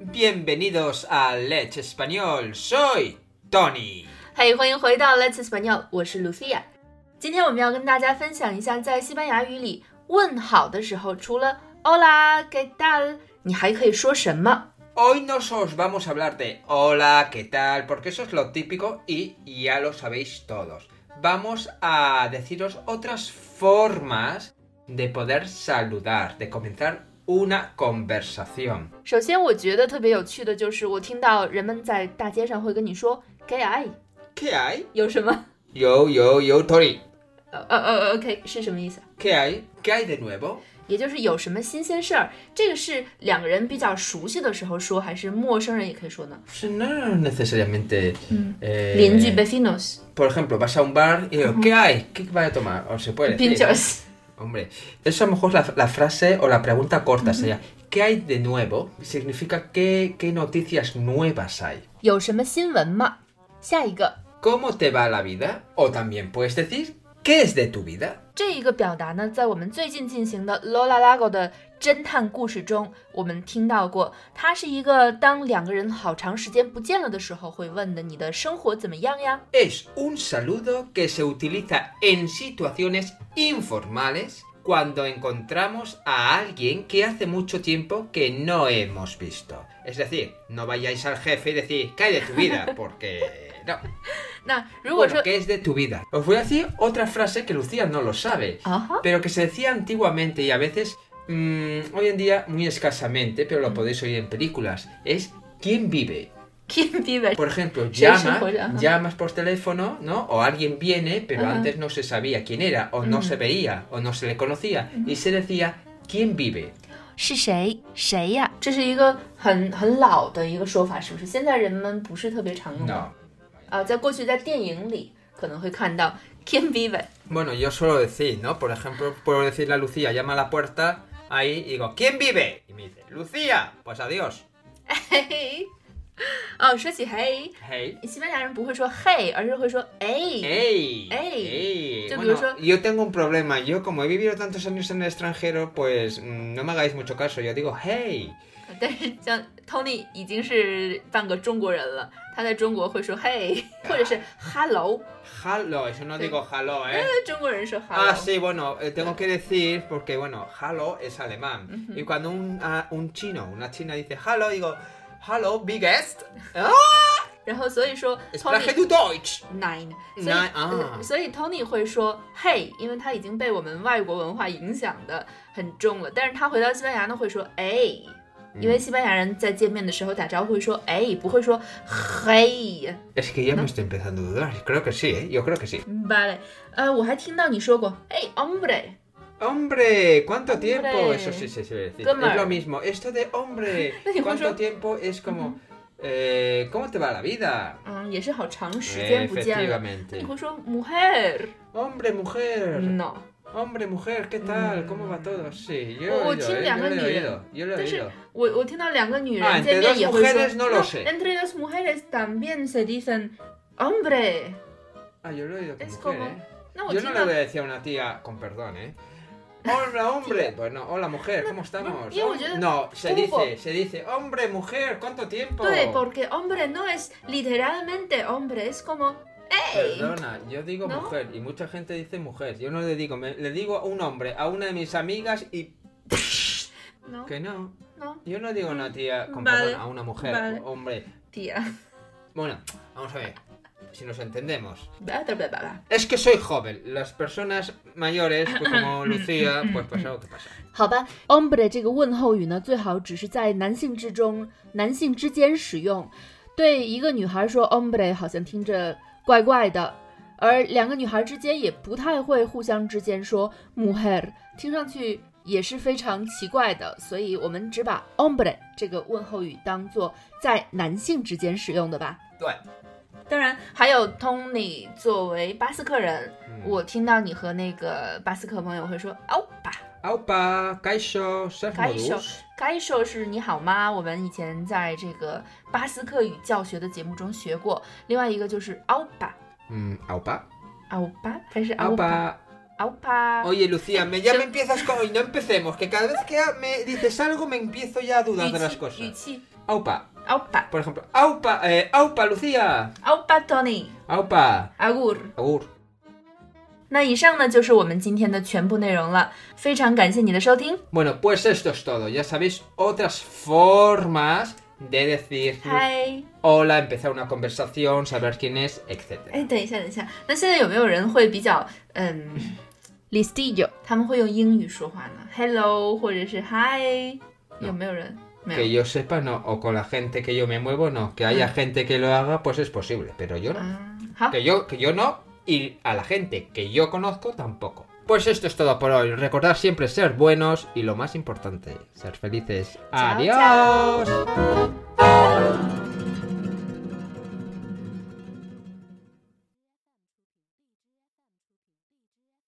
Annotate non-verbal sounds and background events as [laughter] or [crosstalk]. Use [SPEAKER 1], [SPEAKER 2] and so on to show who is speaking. [SPEAKER 1] Bienvenidos a Let's Español, soy Tony.
[SPEAKER 2] 嘿欢迎回到 Let's Español，我是 Lucia。今天我们要跟大家分享一下，在西班牙语里问好的时候，除了 Hola, ¿qué tal？你还可以说什么？
[SPEAKER 1] Hoy nos os vamos a hablar de hola, ¿qué tal? Porque eso es lo típico y ya lo sabéis todos. Vamos a deciros otras formas de poder saludar, de comenzar una conversación.
[SPEAKER 2] 首先，我觉得特别有趣的就是，我听到人们在大街上会跟你说 “gay I”，
[SPEAKER 1] ¿Qué hay?
[SPEAKER 2] 有什么？
[SPEAKER 1] Yo, yo, yo, Tori.
[SPEAKER 2] 呃呃呃，OK 是什么意思？
[SPEAKER 1] ¿Qué hay? ¿Qué hay de nuevo?
[SPEAKER 2] 也就是有什么新鲜事儿，这个是两个人比较熟悉的时候说，还是陌生人也可以说呢？
[SPEAKER 1] Pues No necesariamente. eh,
[SPEAKER 2] 邻居 vecinos,
[SPEAKER 1] por ejemplo, vas a un bar y digo, ¿qué hay? ¿Qué vas a tomar? O se puede decir, ¿no?
[SPEAKER 2] pinchers。
[SPEAKER 1] Hombre, eso a lo mejor la, la frase o la pregunta corta sería, ¿qué hay de nuevo? Significa qué, qué noticias nuevas hay.
[SPEAKER 2] 有什么新闻吗？下一个
[SPEAKER 1] ¿Cómo te va la vida? O también puedes decir, ¿qué es de tu vida?
[SPEAKER 2] 这一个表达呢，在我们最近进行的《Lola Lago》的侦探故事中，我们听到过，它是一个当两个人好长时间不见了的时候会问的，你的生活怎么样呀？
[SPEAKER 1] Es un saludo que se utiliza en situaciones informales cuando encontramos a alguien que hace mucho tiempo que no hemos visto. Es decir, no vayáis al jefe y decir, ¿qué hay de tu vida? Porque no.
[SPEAKER 2] 那如果
[SPEAKER 1] Bueno,
[SPEAKER 2] 说
[SPEAKER 1] ¿qué es de tu vida? Os voy a decir otra frase que Lucía no lo sabe,
[SPEAKER 2] 啊哈，
[SPEAKER 1] pero que se decía antiguamente y a veces, mm, hoy en día muy escasamente, pero
[SPEAKER 2] Mm.
[SPEAKER 1] lo podéis oír en películas, es ¿quién vive?
[SPEAKER 2] 天地为
[SPEAKER 1] Por ejemplo,
[SPEAKER 2] Eh, Sí, sí,
[SPEAKER 1] llama,
[SPEAKER 2] pues, ajá.
[SPEAKER 1] llamas por teléfono, ¿no? O alguien viene, pero
[SPEAKER 2] Ajá.
[SPEAKER 1] antes no se sabía quién era, o no
[SPEAKER 2] Mm.
[SPEAKER 1] se veía, o no se le conocía, y se decía ¿quién vive?
[SPEAKER 2] 是谁？谁呀？这是一个很很老的一个说法，是不是？现在人们不是特别常用的
[SPEAKER 1] No.
[SPEAKER 2] 啊，在过去在电影里可能会看到 Kim b i v e
[SPEAKER 1] Bueno, yo suelo decir, ¿no? Por ejemplo, puedo decirle a Lucía, llama a la puerta, ahí y digo, ¿quién vive? Y me dice, Lucía, pues adiós.
[SPEAKER 2] [laughs] 嘿嘿。哦，说起嘿，
[SPEAKER 1] Hey.
[SPEAKER 2] 西班牙人不会说嘿，而是会说哎。
[SPEAKER 1] ¡Ey!
[SPEAKER 2] Ey.
[SPEAKER 1] ¡Ey!
[SPEAKER 2] Yo
[SPEAKER 1] Bueno,
[SPEAKER 2] incluso-
[SPEAKER 1] yo tengo un problema. Yo, como he vivido tantos años en el extranjero, pues mm, no me hagáis mucho caso. Yo digo, ¡Hey!
[SPEAKER 2] [laughs] 但是像 Tony 已经是半个中国人了，他在中国会说嘿， [laughs] 或者是 hello。
[SPEAKER 1] Hello. Eso no
[SPEAKER 2] Sí.
[SPEAKER 1] digo hello, ¿eh?
[SPEAKER 2] 中国人说 hello。
[SPEAKER 1] Ah, sí, bueno, eh, tengo que decir, porque bueno, hello es alemán.
[SPEAKER 2] Ujú.
[SPEAKER 1] Y cuando un, ah, un chino, una china dice hello, digo, hello, biggest.
[SPEAKER 2] 然后所以说
[SPEAKER 1] Sprache
[SPEAKER 2] Tony
[SPEAKER 1] du Deutsch.
[SPEAKER 2] [laughs] nine，所以
[SPEAKER 1] Nein,
[SPEAKER 2] 呃
[SPEAKER 1] ah.
[SPEAKER 2] 所以 Tony 会说嘿，因为他已经被我们外国文化影响的很重了。但是他回到西班牙呢，会说哎。因为西班牙人在见面的时候打招呼会说哎，不会说嘿。
[SPEAKER 1] Es que ya me estoy empezando a dudar. Creo que sí, ¿eh? Yo creo que sí.
[SPEAKER 2] Vale，呃，我还听到你说过哎 hombre，
[SPEAKER 1] Hombre, ¿cuánto
[SPEAKER 2] Hombre.
[SPEAKER 1] tiempo? Eso sí se suele decir.
[SPEAKER 2] Comer.
[SPEAKER 1] Es lo mismo. Esto de hombre,
[SPEAKER 2] [laughs] Digo
[SPEAKER 1] ¿cuánto
[SPEAKER 2] yo.
[SPEAKER 1] tiempo es como... eh, ¿Cómo te va la vida?
[SPEAKER 2] 嗯，也是好长时间不见了。那
[SPEAKER 1] Efectivamente.
[SPEAKER 2] 你会说 mujer？
[SPEAKER 1] Hombre, mujer.
[SPEAKER 2] No，
[SPEAKER 1] Hombre, mujer, ¿qué
[SPEAKER 2] Mm.
[SPEAKER 1] tal? ¿Cómo va todo? Sí, yo lo he
[SPEAKER 2] O
[SPEAKER 1] oído,
[SPEAKER 2] chin
[SPEAKER 1] ¿eh?
[SPEAKER 2] de
[SPEAKER 1] Yo lo he
[SPEAKER 2] Angel.
[SPEAKER 1] oído. Yo lo he
[SPEAKER 2] Oh, Entonces,
[SPEAKER 1] oído.
[SPEAKER 2] 我我听到两个女
[SPEAKER 1] Ah,
[SPEAKER 2] 人
[SPEAKER 1] entre
[SPEAKER 2] 见面
[SPEAKER 1] dos
[SPEAKER 2] 也会说
[SPEAKER 1] mujeres no lo sé.
[SPEAKER 2] Entre dos mujeres también se dicen hombre。
[SPEAKER 1] Ah, yo lo he oído con
[SPEAKER 2] Es
[SPEAKER 1] mujer,
[SPEAKER 2] como-
[SPEAKER 1] ¿eh?
[SPEAKER 2] 那我
[SPEAKER 1] Yo
[SPEAKER 2] 听
[SPEAKER 1] no
[SPEAKER 2] 到
[SPEAKER 1] le voy a decir a una tía, con perdón, ¿eh?
[SPEAKER 2] [laughs]
[SPEAKER 1] Hola, hombre. Pues no, hola, mujer, ¿cómo estamos?
[SPEAKER 2] yo-
[SPEAKER 1] Hom-
[SPEAKER 2] yo-
[SPEAKER 1] No, se
[SPEAKER 2] Pulpo.
[SPEAKER 1] dice, se dice, hombre, mujer, ¿cuánto tiempo?
[SPEAKER 2] 对，porque hombre no es literalmente hombre, es como hey。
[SPEAKER 1] Perdona, yo digo
[SPEAKER 2] ¿No?
[SPEAKER 1] mujer y mucha gente dice mujer. Yo no le digo, me- le digo a un hombre, a una de mis amigas y
[SPEAKER 2] No,
[SPEAKER 1] que no.
[SPEAKER 2] no,
[SPEAKER 1] Yo no digo a una tía, con
[SPEAKER 2] Vale,
[SPEAKER 1] perdón, a una mujer,
[SPEAKER 2] vale.
[SPEAKER 1] hombre.
[SPEAKER 2] tía。
[SPEAKER 1] Bueno, vamos a ver si nos entendemos.
[SPEAKER 2] 巴拉巴拉巴拉。
[SPEAKER 1] Es que soy joven. Las personas mayores, pues
[SPEAKER 2] [coughs]
[SPEAKER 1] como Lucía, pues pasa lo que pasa.
[SPEAKER 2] 好吧，hombre 这个问候语呢，最好只是在男性之中、男性之间使用。对一个女孩说 hombre 好像听着怪怪的，而两个女孩之间也不太会互相之间说 mujer，听上去也是非常奇怪的。所以我们只把 hombre 这个问候语当做在男性之间使用的吧。
[SPEAKER 1] 对。
[SPEAKER 2] 当然，还有 Tony 作为巴斯克人，
[SPEAKER 1] Mm.
[SPEAKER 2] 我听到你和那个巴斯克朋友会说欧巴。
[SPEAKER 1] Aupa, Kaisho, Surf
[SPEAKER 2] Kaixo.
[SPEAKER 1] Modus.
[SPEAKER 2] 该说是你好吗？我们以前在这个巴斯克语教学的节目中学过。另外一个就是 a 巴
[SPEAKER 1] Mm, Aupa.
[SPEAKER 2] a 巴还是 a 巴
[SPEAKER 1] Aupa.
[SPEAKER 3] aupa.
[SPEAKER 1] Oye, Lucía, me, ya
[SPEAKER 3] Yo-
[SPEAKER 1] me empiezas con... y No empecemos, que cada vez que me dices algo me empiezo ya a dudar de las
[SPEAKER 2] 语
[SPEAKER 1] cosas.
[SPEAKER 2] 气
[SPEAKER 1] Aupa,
[SPEAKER 2] aupa
[SPEAKER 1] por ejemplo. Aupa, eh, aupa, Lucía.
[SPEAKER 2] aupa Tony
[SPEAKER 1] Aupa.
[SPEAKER 2] agur。
[SPEAKER 1] Agur.
[SPEAKER 2] 那以上呢就是我们今天的全部内容了，非常感谢你的收听。
[SPEAKER 1] Bueno, pues esto es todo. Ya sabéis otras formas de decir
[SPEAKER 2] 嗨，
[SPEAKER 1] hola, empezar una conversación, saber quién es, etc.
[SPEAKER 2] 哎，等一下，等一下，那现在有没有人会比较嗯，
[SPEAKER 3] listillo，
[SPEAKER 2] 他们会用英语说话呢？Hello，或者是 Hi，有没有人？没
[SPEAKER 1] Que
[SPEAKER 2] 有。
[SPEAKER 1] yo sepa, no. O con la gente que yo me muevo, no. Que haya gente que lo haga, pues es posible. Pero yo no.
[SPEAKER 2] 啊，好，
[SPEAKER 1] Que yo, que yo no. Y a la gente que yo conozco tampoco. Pues esto es todo por hoy. Recordad siempre ser buenos y lo más importante, ser felices.
[SPEAKER 2] Chao,
[SPEAKER 1] Adiós.
[SPEAKER 2] chao.